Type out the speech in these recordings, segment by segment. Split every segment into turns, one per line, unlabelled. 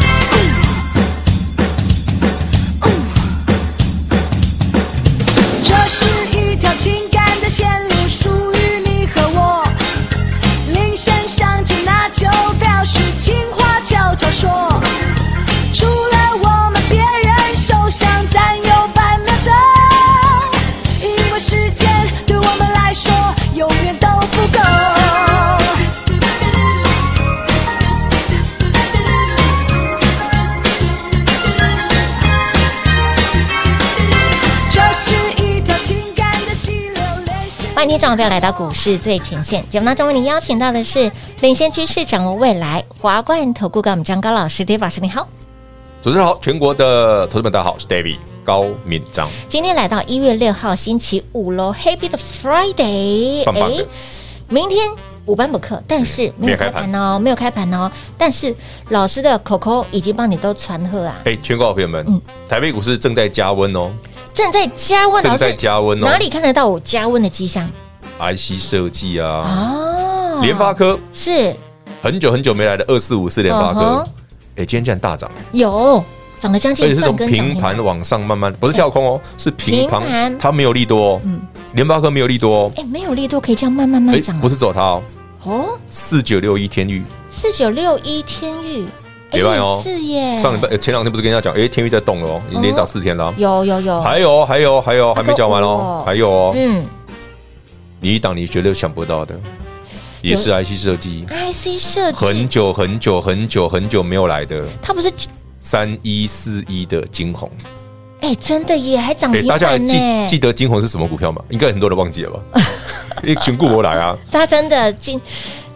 这是一条情感的线路，属于你和我。铃声响起，那就表示情话悄悄说。除了我们，别人受伤，咱有半秒钟，因为时间对我们来说永远都不够。这是一条情感的溪流，连续。
欢迎听众朋友来到股市最前线节目当中，为您邀请到的是领先趋势、掌握未来华冠投顾高我们张高老师，David 老师你好。
主持人好，全国的投资们大家好，我是 David 高敏章，
今天来到一月六号星期五喽，Happy 的 Friday，
棒棒的
诶明天补班补课，但是没有开盘哦，没有开盘哦，但是老师的口口已经帮你都传贺啊，
哎、全国好朋友们，
嗯
台北股市正在加温哦
正在加温，
正
啊老
在
师
加温哦
哪里看得到我加温的迹象
，IC 设计啊，
哦？
联发科
是
很久很久没来的二四五四联发科，哎、
嗯哼
今天竟然大涨，
有涨了将
而且
近
是
半
从
根涨
平
停板
盘，往上慢慢，不是跳空哦，是平
平盘
盘，它没有利多、哦，
嗯
联发科没有利多哦，
哎，没有力度可以这样慢慢慢涨啊，
不是走它哦，
哦，
四九六一天域，
四九六一天域，哎
礼拜哦
是耶，
上礼拜、呃前两天不是跟人家讲，哎、天域在动了哦，已经连涨四天了哦、
有有有，
还有哦还有哦还有哦还没讲完哦，
还
还有哦，
嗯。
你一档你绝对想不到的，也是 IC 设计，
IC 设
很
计，
久很久很久很久没有来的
它不是
三一四一的金红。
哎、真的耶，还涨
诶
停
大家还
板哦呢、
记记得金红是什么股票吗？应该很多人忘记 了吧？一群顾我来啊，
它真的近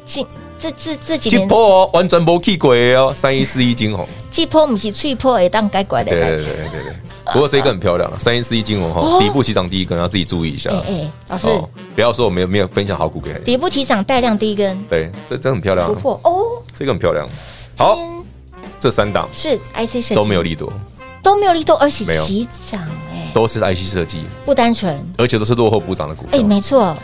近这这这几
金
年
波哦，完全没去鬼哦，三一四一 金红，
季破不是脆破也当该拐的
对对
感
对
觉。
对对对。不过这一根很漂亮了，啊三一四一金红
哦
哈，底部起涨第一根，要自己注意一下
哎哎、老师、
哦，不要说我没有没有分享好股给你。
底部起涨带量第一根
对，这这很漂亮
突
啊，
破哦，
这个很漂亮。
今
好，
天
这三档
是 IC 设计
都没有利多，
都没有力度，而且
没有
起涨哎、
都是 IC 设计。
不单纯
而且都是落后补涨的股
哎、
票。
没错，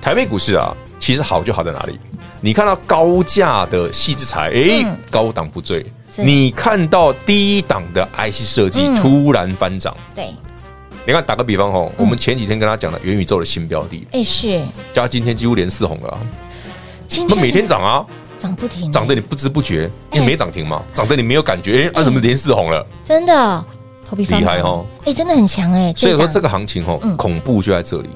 台北股市啊，其实好就好在哪里？你看到高价的细制材，哎、
嗯
高档不坠；
是
你看到低档的 IC 设计
嗯
突然翻涨。
对，
你看，打个比方哦，我们前几天跟他讲的元宇宙的新标的，
哎、是
加今天几乎连四红了、啊，
嗯今
那
天
每天 涨啊，
涨不停、
涨得你不知不觉，
哎
因为没涨停嘛，涨得你没有感觉，哎、
嗯
那、怎么连四红了？
真的头皮发麻
厉害哦，
哎、真的很强哎、
所以说这
个
个行情哦
嗯，
恐怖就在这里，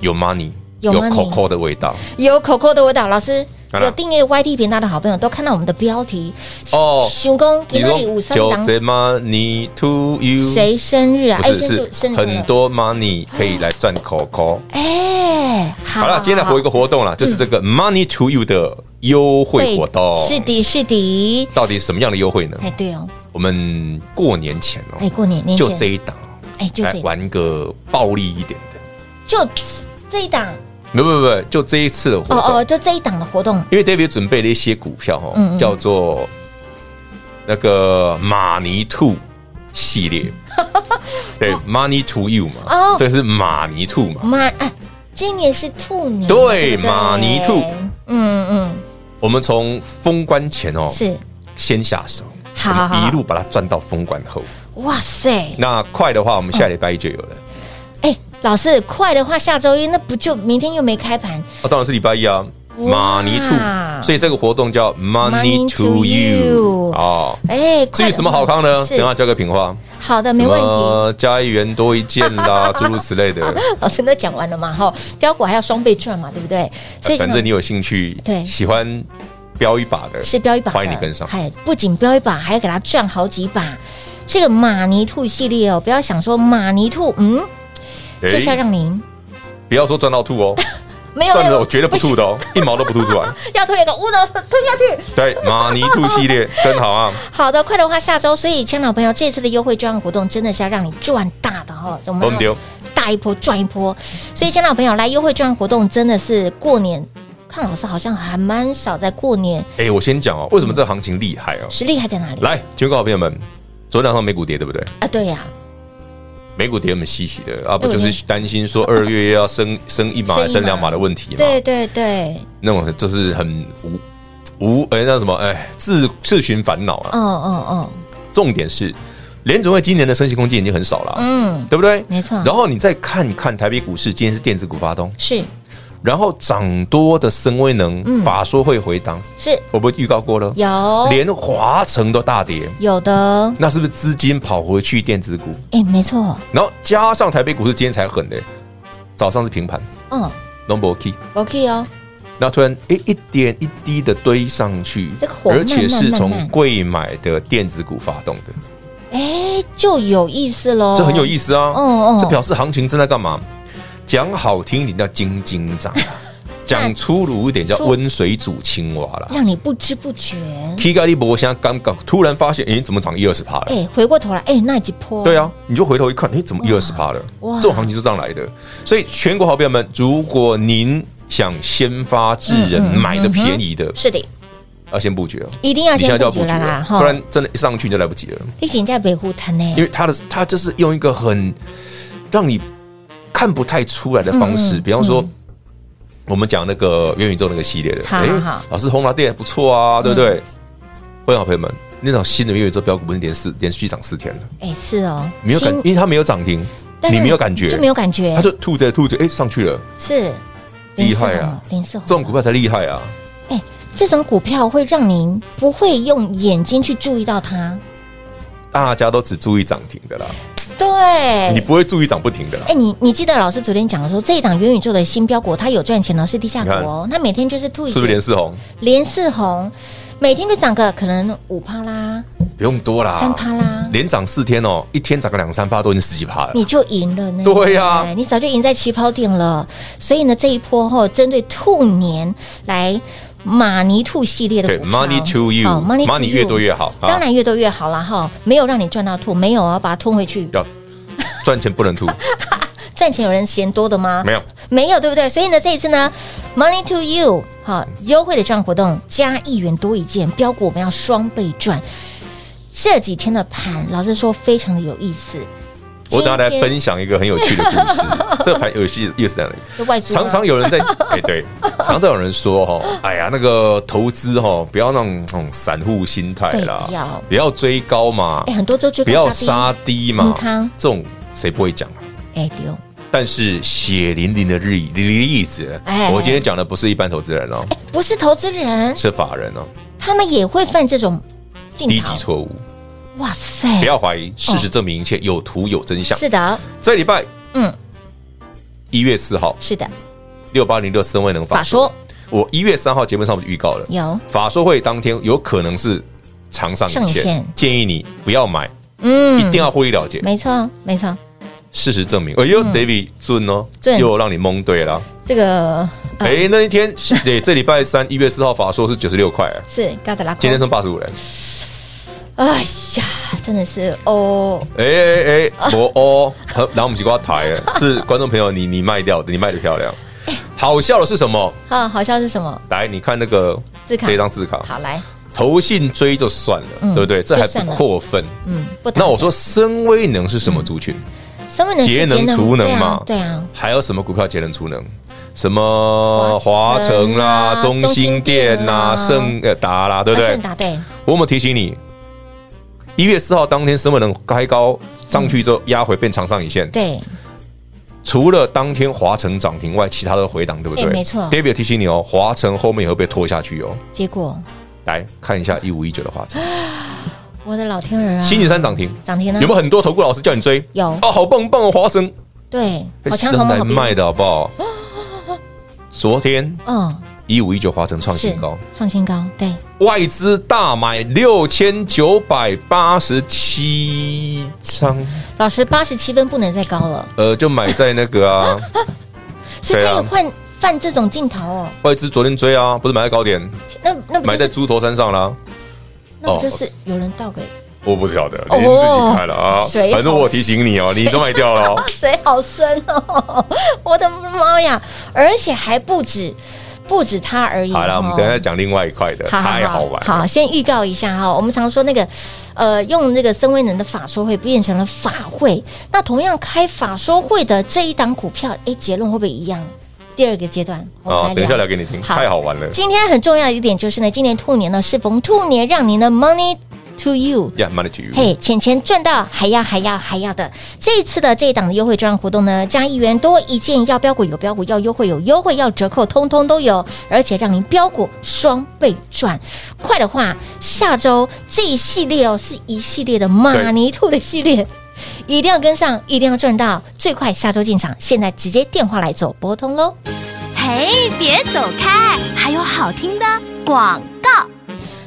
有 money，
有
有
money
COCO 的味道。
有口口的味道，老师
啊
有订阅 YT 频道的好朋友都看到我们的标题
哦
熊公给那里五三
九
档
贼 money to you，
谁生日啊？
不
哎，
是
先祝
是
生日快乐
很多 money 可以来赚口口。
哎，好嗯
好了，今天来活一个活动了，就是这个 money to you 的优惠活动。
是，的，是的，
到底是什么样的优惠呢？
哎，对哦，
我们过年前
哎，
哦，
过年年
就
前
这，一档哦，
哎，就
来
这，
玩个暴力一点的。
就这一档，
不不不，就这一次的活
哦哦，
动，
就这一档的活动，
因为 David 准备了一些股票
嗯嗯
哦，叫做那个马尼兔系列， 对，money to you
哦
嘛，所以是马尼兔嘛。
马啊，今年是兔年，
对
不
马尼兔
嗯嗯，
我们从封关前哦，
是，
先下手，
好
我们
好
一路把它赚到封关后。
哇塞，
那快的话，我们下礼拜一就有了。
哎，老师快的话，下周一那不就明天又没开盘，
哦，当然是礼拜一啊，
哇
马尼兔。所以这个活动叫 Money to
you
You 哦。
哎，
至于什么好康呢？
是
等一下交给品花。
好的，没问
什
题。
么加一元多一件 啦，诸如此类的。
老师都讲完了嘛，哈，标股还要双倍赚嘛，对不对？所以
反啊正你有兴趣，
对
喜欢飙一把的，
是标一把的，
欢迎你跟上。
哎，不仅标一把，还要给它赚好几把。这个马尼兔系列哦，不要想说马尼兔，嗯，就是要
哎
让您
不要说赚到 吐哦，
没有没
赚的
有
我绝对不吐的哦，一毛都不吐出来。
要推的，我呢吞下去。
对，马尼 兔系列真好啊，
好的，快乐花下周，所以亲爱的老朋友，这次的优惠券活动真的是要让你赚大的哈、哦，我
我们
们要
丢
大一波赚一波。所以亲爱的老朋友，来优惠券活动真的是过年，看老师好像还蛮少在过年，
哎，我先讲哦，为什么这行情厉害哦？
实力还在哪里？
来，全国好朋友们，昨天晚上美股跌对不对？
啊，对呀、
美股跌我们稀奇的啊，不
对
就是担心说二月要 升升一码还是升两码的问题嘛？
对对对，
那种就是很无无哎那什么哎自自寻烦恼啊。
嗯嗯嗯
重点是联准会今年的升息空间已经很少了啊，
嗯，
对不对？
没错
然后你再看一看台北股市，今天是电子股发动，
是
然后涨多的深威能、法说会回档，
是
我不是预告过了，
嗯有
连华城都大跌，
有的，
那是不是资金跑回去电子股？
哎、没错，
然后加上台北股市今天才狠的，早上是平盘
嗯
number key，
，OK 哦，
那突然诶一点一滴的堆上去
这个，火慢慢
而且
慢
是从
慢
贵买的电子股发动的，
哎、就有意思喽，
这很有意思啊！
哦哦
这表示行情正在干嘛？讲好听一点叫金金涨，啊 讲粗鲁一点叫
粗
温水煮青蛙啦。
让你不知不觉，
踢盖利博现在刚刚突然发现，诶，怎么涨一二十趴了？
哎、回过头来，哎、那几波，
对啊，你就回头一看，诶，怎么一二十趴了？
哇
这种行情是这样来的。所以全国好朋友们，如果您想先发制人，
嗯嗯
买的便宜的，
是的，
要先布局哦。
一定要
你现
先
在就要
布
布
局
局
了啦
了，，不然真的一上去你就来不及了。
你现在北湖滩呢
因，为它的它就是用一个很让你看不太出来的方式，
嗯嗯
比方说。我们讲那个元宇宙那个系列的，
好好
诶
好嗯
老师红拿店不错啊，对不对？会员好朋友们，那种新的元宇宙标股不是连四连续涨四天了，
哎、是哦，
没有感，
新
因为它没有涨停，
但是
你没有感觉，
就没有感觉，
它就吐着吐着，哎，上去了，
是
厉害啊，
零四红了
这种股票才厉害啊！
这种股票会让您不会用眼睛去注意到它，
大家都只注意涨停的啦，
对，
你不会注意涨不停的啦
哎、。你你记得老师昨天讲的说，这一档元宇宙的新标股，它有赚钱哦，是地下股哦，它每天就是吐一
是不是连
点
四红？
连四红，每天就涨个可能五趴啦、
不用多啦，
三趴啦，
连涨四天哦，一天涨个两三趴都已经十几趴了。
你就赢了呢。
对呀
你早就赢在起跑点了。所以呢，这一波后针对兔年来马尼兔系列的
对
股票
，money to
好，money
you，money
to you
越多越好
当
啊！
然越多越好啦哈，没有让你赚到吐，没有啊，把它吞回去。
要赚钱不 能吐，
赚钱有人嫌多的吗？
没有
没有，对不对？所以呢，这一次呢，Money to You 好优惠的这样活动，加一元多一件，标股我们要双倍赚。这几天的盘，老师说非常的有意思。
我等下来
今天
分享一个很有趣的故事。 这个盘有趣意思在哪里？
就外资啊
常常有 人在哎对，常常有人说哈，哎呀那个投资哈，不要那种那种散户心态
对
啦
不要，
不要追高嘛
哎，，很多周追
不
高
要
低
杀低
嗯
嘛
康，
这种谁不会讲啊？
哎丢
但是血淋淋的日例子
哎，
我今天讲的不是一般投资人哦，
哎，不是投资人，
是法人哦，
他们也会犯这种镜
低级
头。
错误。
哇塞，
不要怀疑，事实证明一切，有图有真相。
是的，哦
这礼拜，
嗯，
一月四号，
是的，
六八零六深威能
法
法说，
说
我一月三号节目上不是预告了，
有，
法说会当天有可能是长上
上
影
影
线
线，
建议你不要买，
嗯，
一定要获利了解。
没错没错，
事实证明，哎呦，David 准哦，
准
又让你蒙对了。
这个呃
哎，那一天， 对，这礼拜三一月四号法说是九十六块，
是嘎达拉。
今天剩八十五人。
哦哎呀，真的是哦，
哎哎哎， 我哦，呵然后我们几挂台了，是观众朋友，你你卖掉的，你卖的漂 亮。
哎
好笑的是什么？
啊，好像是什么？
来，你看那个
字卡
这张字卡，
好来，
投信追就算了，
嗯
对不对？这还
就算
不
了
过分。
嗯，不嗯打架。
那我说深威能是什么族群？
什么能
节能储能嘛
对啊，
还有什么股票节能储能？什么
华
华
晨
城
啊
啦、中
中
兴
兴电
电啦、
啊
盛呃达啦，对
对
不
啊，
对
顺？达对，
我有没有提醒你？一月四号当天，深威能开高上去之后压回变长上影线，
对，
除了当天华城涨停外，其他都回档，对不对？
哎没错
，David 有提醒你哦，华城后面也会被拖下去哦。
结果
来看一下一五一九的华城，
啊我的老天儿啊，
星期三涨停，
涨停了，
有没有很多投顾老师叫你追？
有
哦，好棒棒哦，华生，
对，好强
那
好猛
是来
好
卖
兵，
的好不好？昨天
嗯，
一五一九华晨创新高，
创新高，对，
外资大买六千九百八十七张，
老师八十七分不能再高了，
呃，就买在那 个啊，
所以他
对啊
有换犯这种镜头哦，
外资昨天追啊，不是买在高点，
那那哦不
买
就
在
是
猪头山上啦。
那不就
哦
是有人倒给
我不晓得，
哦
你自己看了啊。
水好
反正我提醒你哦，你都卖 掉了哦。
啊水好深哦！ 我的妈呀！而且还不止，不止它而已、哦。
好了，我们等一下讲另外一块的，
好好好
太好玩了。
好，先预告一下哈、我们常说那个，呃，用那个森威能的法说会变成了法会，那同样开法说会的这一档股票，哎，结论会不会一样？第二个阶段，我们
啊，
来
等一下
聊
聊给你听，
好
太好玩了。
今天很重要的一点就是呢，今年兔年呢，适逢兔年，让您的 money to you。
Yeah, money to you。
嘿，钱钱赚到还要还要还要的！这一次的这一档的优惠专案活动呢，加一元多一件，要标股有标股，要优惠有优惠，要折扣通通都有，而且让您标股双倍赚。快的话，下周这一系列哦，是一系列的马尼兔的系列。一定要跟上，一定要赚到，最快下周进场，现在直接电话来走，拨通喽。
嘿，别走开，还有好听的广告。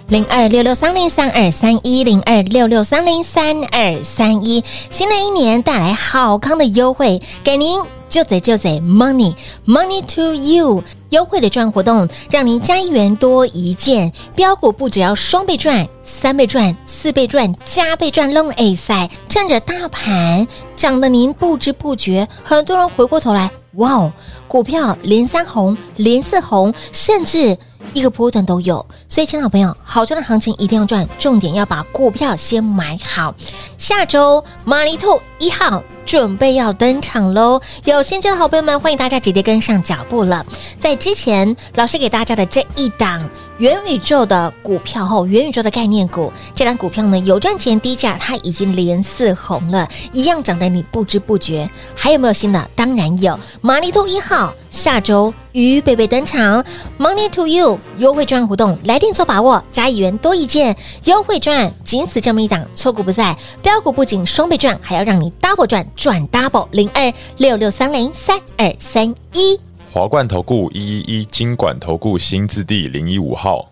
零二六六三零三二三一零二六六三零三二三一，新的一年带来好康的优惠，给您就贼就贼 money money to you 优惠的赚活动，让您加一元多一件，标股不只要双倍赚、三倍赚、四倍赚、加倍赚，long A 赛，趁着大盘涨得您不知不觉，很多人回过头来，哇哦，股票连三红、连四红，甚至。一个波段都有，所以，亲爱的朋友，好赚的行情一定要赚，重点要把股票先买好。下周马尼兔一号准备要登场喽，有先知的好朋友们，欢迎大家直接跟上脚步了。在之前，老师给大家的这一档元宇宙的股票后，元宇宙的概念股，这档股票呢有赚钱低价，它已经连四红了，一样涨得你不知不觉。还有没有新的？当然有，马尼兔一号下周与贝贝登场，Money to You 优惠券活动，来电做把握，加一元多一件优惠券，仅此这么一档，错过不再。标股不仅双倍赚，还要让你 double 赚，赚 double 零二六六三零三二三一。
华冠投顾一一一金管投顾新字第零一五号，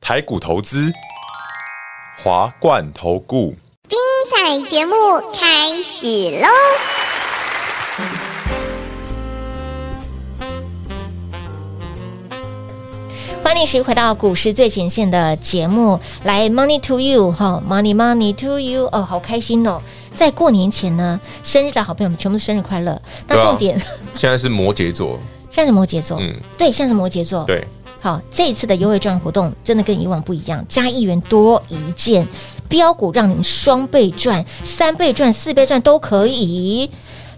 台股投资，华冠投顾。
彩节目开始喽！
欢迎谁回到股市最前线的节目，来 Money to You 哈、m o n e y Money to You 哦，好开心哦！在过年前呢，生日的好朋友们全部生日快乐。那
对啊
重点、
现在是摩羯座，
现在是摩羯座，
嗯，
对，现在是摩羯座，
对，
好，这一次的优惠券活动真的跟以往不一样，加一元多一件，标股让您双倍赚、三倍赚、四倍赚都可以。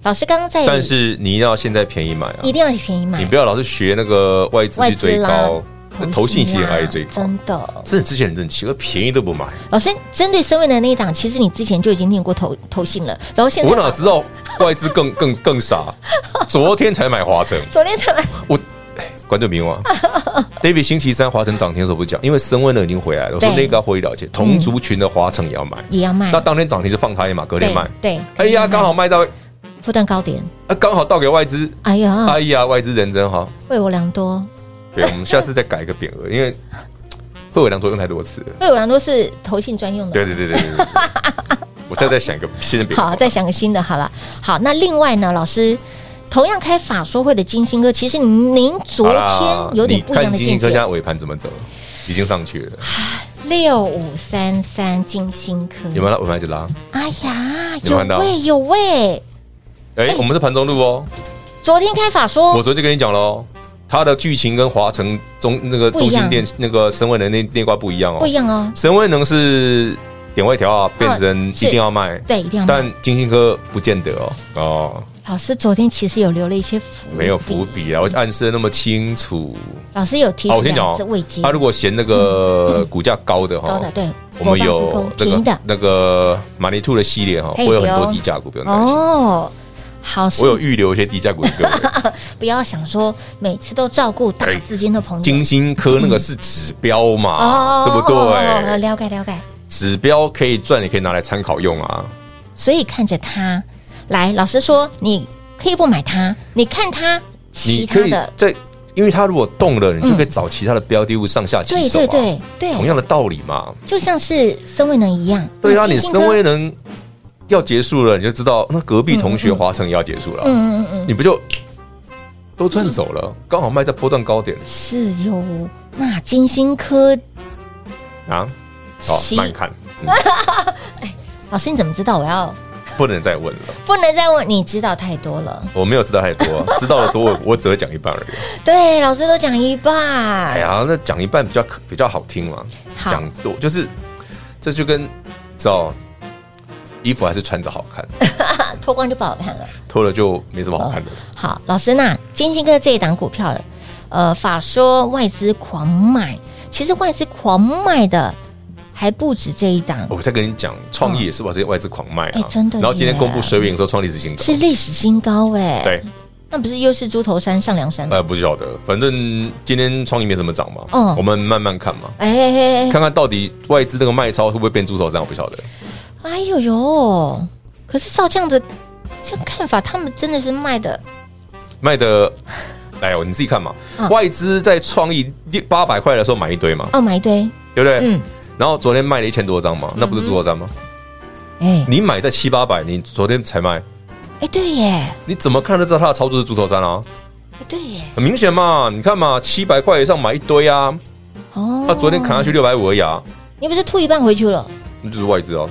老师刚刚在，
但是你一定要现在便宜买啊，
哎一定要便宜
你
买
不，要老是学那个外资
外
去
资
追
啦
高，那
同
投信其实
啊
还是追高。
真的。
真的之前人很奇怪，便宜都 不买，
老师针对身位的那一档，其实你之前就已经念过投投信了，然后现在
我哪知道外资更更更傻，昨天才买华晨，
昨天才买，
我哎观众 朋友啊，David 星期三华晨涨停的时候不讲，因为升温的已经回来了，我说
对
那个要获利了结，同族群的华晨也要买，
也要卖，
那当天涨停是放开嘛，隔天
对
卖，
对，
哎呀刚好卖到，
负担高点，
啊刚好倒给外资，
哎呀，
哎呀外资人真好，
为我良多，
对，我们下次再改一个匾额，因为会有良多用太多次了，
为我良多是投信专用的，
对对对对对对， 我现在再想一个新的匾
好，
额，
再想个新的好了。好，那另外呢，老师同样开法说会的金星哥，其实您您昨
好啦
天有点不一样的
你看金星
见
科现在
解。
尾盘怎么走？已经上去了，
六五三三金星科，
有没有拉？尾盘一直拉。
哎呀，
有没有
有
看到
喂有喂，
哎、
哎
我们是盘中路哦，
昨天开法
我
说
昨天就跟你讲喽，它的剧情跟华城中那个
不一
中
样
心电那个神威能那电挂不一样哦，
不一样哦，
神威能是点外条啊，变成一
是
定要卖，
对，一定要买。
但金星科不见得哦，哦，
老师昨天其实有留了一些伏，
没有伏。笔啊，我暗示的那么清楚。
老师有提
好，
醒
我先讲
嗯两次未
哦
接，
他如果嫌那个股价高的
高
哈
的，对，
我们
伙伴
有
分工
那
便宜
个
的
那个马尼兔的系列哈，
嘿
我有很
对哦
多低价股，不用担心。
哦。好，
我有预留一些低价 股给各位。
不要想说每次都照顾大
哎
资金的朋友，
金星科那个是指标嘛，啊对不
哦
对？
了解了解。
指标可以赚，也可以拿来参考用啊。
所以看着它，来，老师说你可以不买它，你看它其
你
他
可以
的
在因为它如果动了，你就可以找其他的标的物上下其
对
手啊。
对对对，
同样的道理嘛。
就像是森威能一样，
对啊，
金
你
星
深
科
威能要结束了，你就知道那隔壁同学华晨也要结束了啊，
嗯嗯嗯，
你不就都赚走了？刚好卖在波段高点
是哟。那金星科
啊！好，
是
慢看，嗯
老师，你怎么知道我要
不能再问了。
不能再问？你知道太多了。
我没有知道太多，知道的多，我我只会讲一半而已。
对，老师都讲一半。
哎呀，那讲一半比较可比较好听嘛，
好
讲多就是这就跟知道衣服还是穿着好 看，
脱光就不好看了。
脱了就没什么好看的。
好，老师，那金星哥这一档股票，呃，法说外资狂买，其实外资狂买的还不止这一档，
我再跟你讲，创意也是把这些外资狂卖啊
哎，真的耶
然后今天公布水饼说创历史新高，
是历史新高哎、
对，，
那不是又是猪头山上梁山吗？
呃，不晓得，反正今天创意没什么涨嘛，
嗯
我们慢慢看嘛，
哎哎哎哎，
看看到底外资那个卖超会不会变猪头山，我不晓得。
哎呦呦！可是照这样子这样看法，他们真的是卖的
卖 的，哎呦，你自己看嘛
嗯，
外资在创意八百块的时候买一堆嘛，
哦，买一堆，
对不对？
嗯，
然后昨天卖了一千多张嘛，那不是猪头山吗？
哎
你买在七八百，你昨天才卖，
哎，对耶，
你怎么看都知道它的操作是猪头山啊，
哎对耶，
很明显嘛，你看嘛，七百块以上买一堆啊，
哦，
那昨天砍下去，六百五而已啊，
你不是吐一半回去了？
那就是外资啊，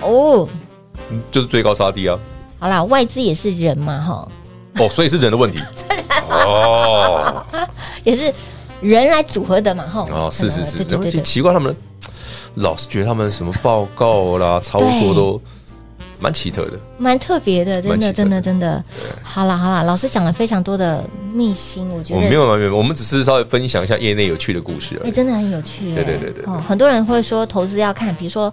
哦，
就是追高杀低啊，
好啦，外资也是人嘛，哈，
哦，所以是人的问题，哦，
也是人来组合的嘛，哈。
哦，是是是，
对
然后
对对
就
对，
奇怪他们老是觉得他们什么报告啦、操作都蛮奇特的，
蛮特别的，真
蛮奇
的
特的
真的真的。好啦好啦，老师讲了非常多的秘辛，我觉
我
得
们没有没有没有，我们只是稍微分享一下业内有趣的故事而
哎，
已，
真的很有趣耶。
对对对对
哦，很多人会说投资要看，比如说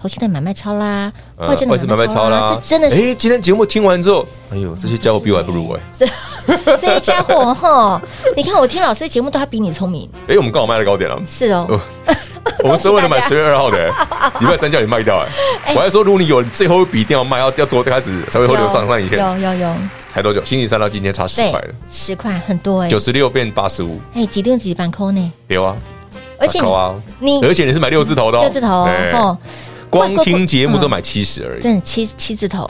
投信的买卖超啦，
嗯
外资的买卖超啦，这真的是
哎，今天节目听完之后，哎呦，这些家伙比我还不如哎，
这些家伙哈。你看我听老师的节目都还比你聪明，
哎，我们刚好卖了高点了。
是哦
哦。我们所有人买十月二号 的，礼拜三叫你卖掉。哎，我还说，如果你有最后一笔一定要卖，要要昨天开始才会回流上上影线，
有有有，
才多久？星期三到今天差十
对
块了，，
十块很多哎
九，十六变八十五，
哎，几顿几板扣呢？
对啊，
而且
打扣啊，
你
而且你是买六字头的哦，
六字头
对
哦，
光听节目
嗯
都买七十而已。
真的七七字头。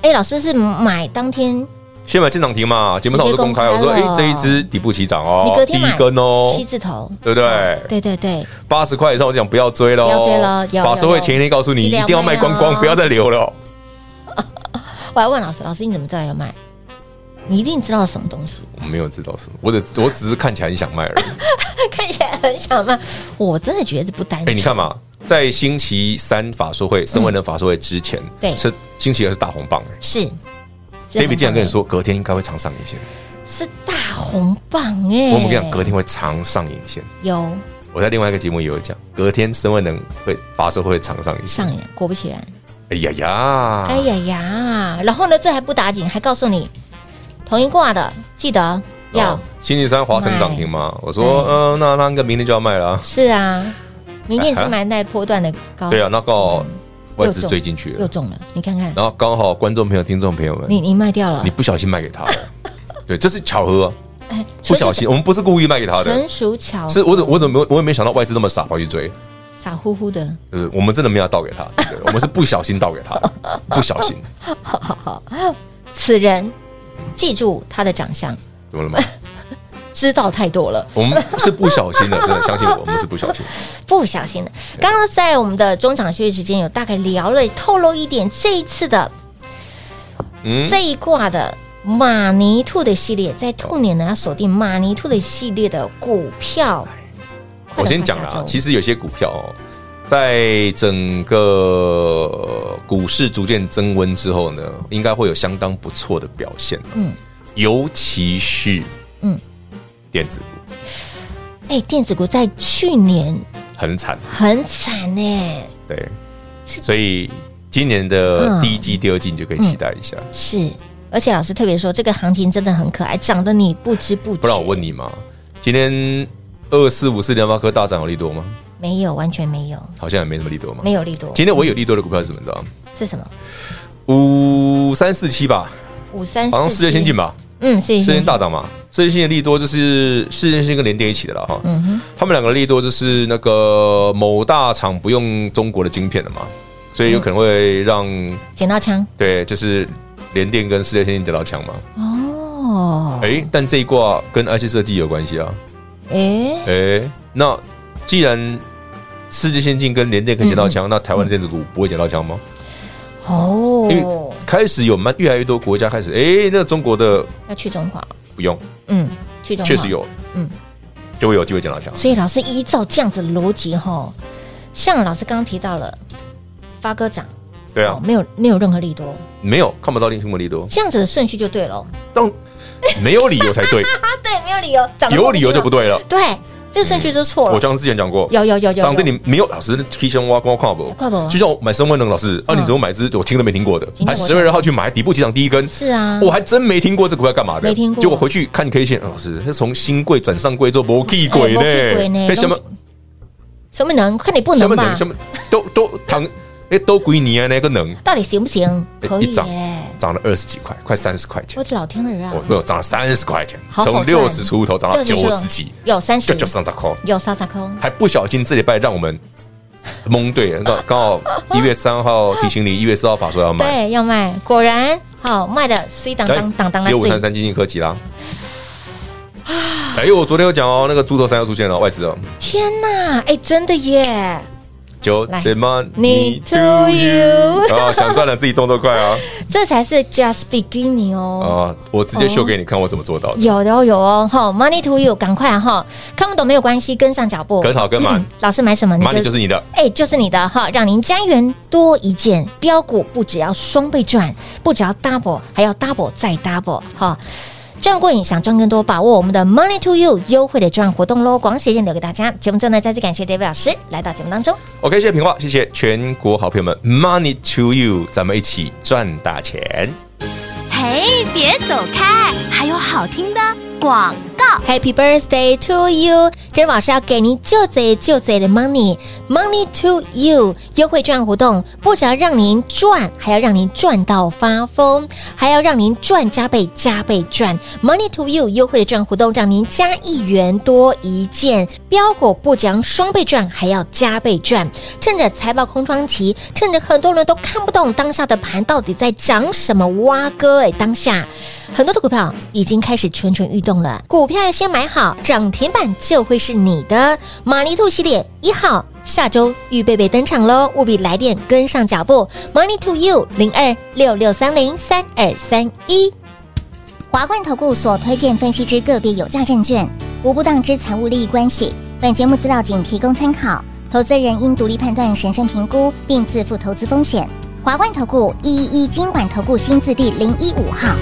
哎，老师是买当天
先买进涨停嘛，节目上我都公开，
直
我
接
说
公开
哎
了，
这一只底部起涨
你
哦
隔，
第
天
一
买
根哦
七，字头，
对不对？
对对对，
八十块以上我讲不要追喽，
不要追咯有
法说
有
会前一天告诉你
记
一
得要
定要卖光
卖
光，
哦
不要再留了。
我还问老师，老师你怎么知道要卖？你一定知道什么东西，
我没有知道什么，我只我只是看起来很想卖而已。
看起来很想卖，我真的觉得这不单
哎，
纯。
你看，嘛，在星期三法说会、升文能法说会之前，
嗯对
是星期二是大红棒。哎
是
David 竟然跟你，说隔天应该会长上影线，
是大红棒哎、
我们跟你讲，隔天会长上影线。
有
我在另外一个节目也有讲，隔天升文能会法说会长上影线
上。演，果不其然，
哎呀呀，
哎呀呀，然后呢，这还不打紧，还告诉你同一挂的，记得要、哎
哦星期三华晨涨停嘛？我说，嗯、那那应该明天就要卖了、啊。
是啊，明天你是买那波段的高，
对啊，那个外
又
资
中
追进去
哦嗯又
了，
中了，你看看，
然后刚好观众朋友、听众朋友们，
你
你
你卖掉了，
不小心卖 给他了，对，这是巧合啊、
哎
不小心，我们不是故意卖给他的
纯，属巧合，
是我怎我怎么我也没想到外资那么傻跑去追，
傻乎乎的。
呃，我们真的没有倒给他，对不对我们是不小心倒给他的，不小心，
此人记住他的长相，
怎么了吗？
知道太多了，
我们是不小心的，真的相信我，我们是不小心的。
不小心的。刚刚在我们的中场休息时间有大概聊了透露一点这一次的、
嗯，
这一卦的。马尼兔的系列在兔年呢，要锁定马尼兔的系列的股票。
哎我先讲
了
啦，，其实有些股票哦，在整个股市逐渐增温之后呢，应该会有相当不错的表现。
嗯
嗯，尤其是
嗯
嗯电子股
哎，电子股在去年
很惨，
很惨呢，
对，所以今年的第一季、第二季你就可以期待一下。
是。而且老师特别说，这个行情真的很可爱，涨得你不知不觉。
不然我问，你嘛，今天二四五四联发科大涨有利多吗？
没有，完全没有，
好像也没什么利多嘛
没。有力度。
今天我有利多的股票是什么？你知道吗？
是什么？
五三四七吧，
五三四，
好像世界先进吧，
嗯，世界
世界
先进
大涨嘛，这件事情的利多就是事件性跟连电一起的了哈。
嗯哼，
他们两个利多就是那个某大厂不用中国的晶片了嘛，所以有可能会让
捡到枪
对，就是联电跟世界先进得到强嘛。
哦，
哎，但这一卦跟 IC 设计有关系啊。
哎，
哎，那既然世界先进跟联电可以捡到枪，那台湾的电子股不会捡到枪吗？因为
哦，
开始有蛮越来越多国家开始，哎，那中国的
要去中华，
不用，
嗯，去中华
确实，有，
嗯
嗯，就会有机会捡到枪。
所以老师依照这样子的逻辑哈，像老师刚刚提到了发哥涨，
对
哦
啊，
没有没有任何利多，
没有看不到令新闻利多，
这样子的顺序就对了
当没有理由才 对，
啊，对，没有理由，涨得
有理由就不对 了。
对，这个顺序就错了，
我刚刚之前讲过，
有有有有
涨对
有
你没有老师提前挖光跨不？
看不
就像我买升温能老师，啊，
嗯
你怎么买只我听都没听过的
今，天
还
我
十月二号去买底部起涨第一根，
是啊，
我还真没听过这股票干嘛的，
没听过
结果回去看 K 线，啊老师，那从新贵转上柜之后，魔屁
哎
鬼呢？
没屁鬼呢
那什么
东什么能？看你不
什
能
么
吧
能？什么都都躺，哎，都归你啊，那个能
到底行不行？
哎
可以
一涨
耶！
涨了二十几块，快三十块钱
我，的老天儿啊
哦，，没有涨了三十块钱，
好好
从
赚
六十出头涨到
60
九十几，
有三
就
十，
就上涨空，
有沙沙空，
还不小心这礼拜让我们蒙对了，那刚好一月三号 提醒你，一月四号法说要买。哎
对，要卖，果然好卖的，虽当当当当的
六五三
碎，
三金星科技啦。哎呦，我昨天有讲哦，那个猪头山要出现了，外资哦。
天哪，哎，真的耶！
九
来
怎么
Need to you
啊，想赚了自己动作快 啊！
这才是 just beginning 哦。
啊，我直接秀给你看我怎么做到的，
有的哦，有哦，哈，money to you，赶快啊哈，看不懂没有关系，跟上脚步，
跟好跟满
嗯老师买什么你
money 就是你的。
哎，就是你的哈，让您家园多一件标股，不只要双倍赚，不只要 double，还要 double 再 double 哈。赚过瘾，想赚更多，把握我们的 Money to You 优惠的赚活动喽！广喜先留给大家。节目最后呢，再次感谢 David 老师来到节目当中。
OK，谢谢平话，谢谢全国好朋友们，money to you，咱们一起赚大钱。
嘿，别走开，还有好听的广告。
Happy birthday to you！这老师要给您就贼就贼的 money，money to you 优惠赚活动，不只要让您赚，还要让您赚到发疯，还要让您赚加倍加倍赚。Money to you 优惠的赚活动，让您加一元多一件，标股不讲双倍赚，还要加倍赚。趁着财报空窗期，趁着很多人都看不懂当下的盘到底在涨什么，蛙哥哎，当下很多的股票已经开始蠢蠢欲动了。股票要先买好，涨停板就会是你的。马尼兔系列一号下周预备备登场喽，务必来电跟上脚步。Money to you 零二六六三零三二三一。
华冠投顾所推荐分析之个别有价证券，无不当之财务利益关系。本节目资料仅提供参考，投资人应独立判断、审慎评估，并自负投资风险。华冠投顾一一一金管投顾新字第零一五号。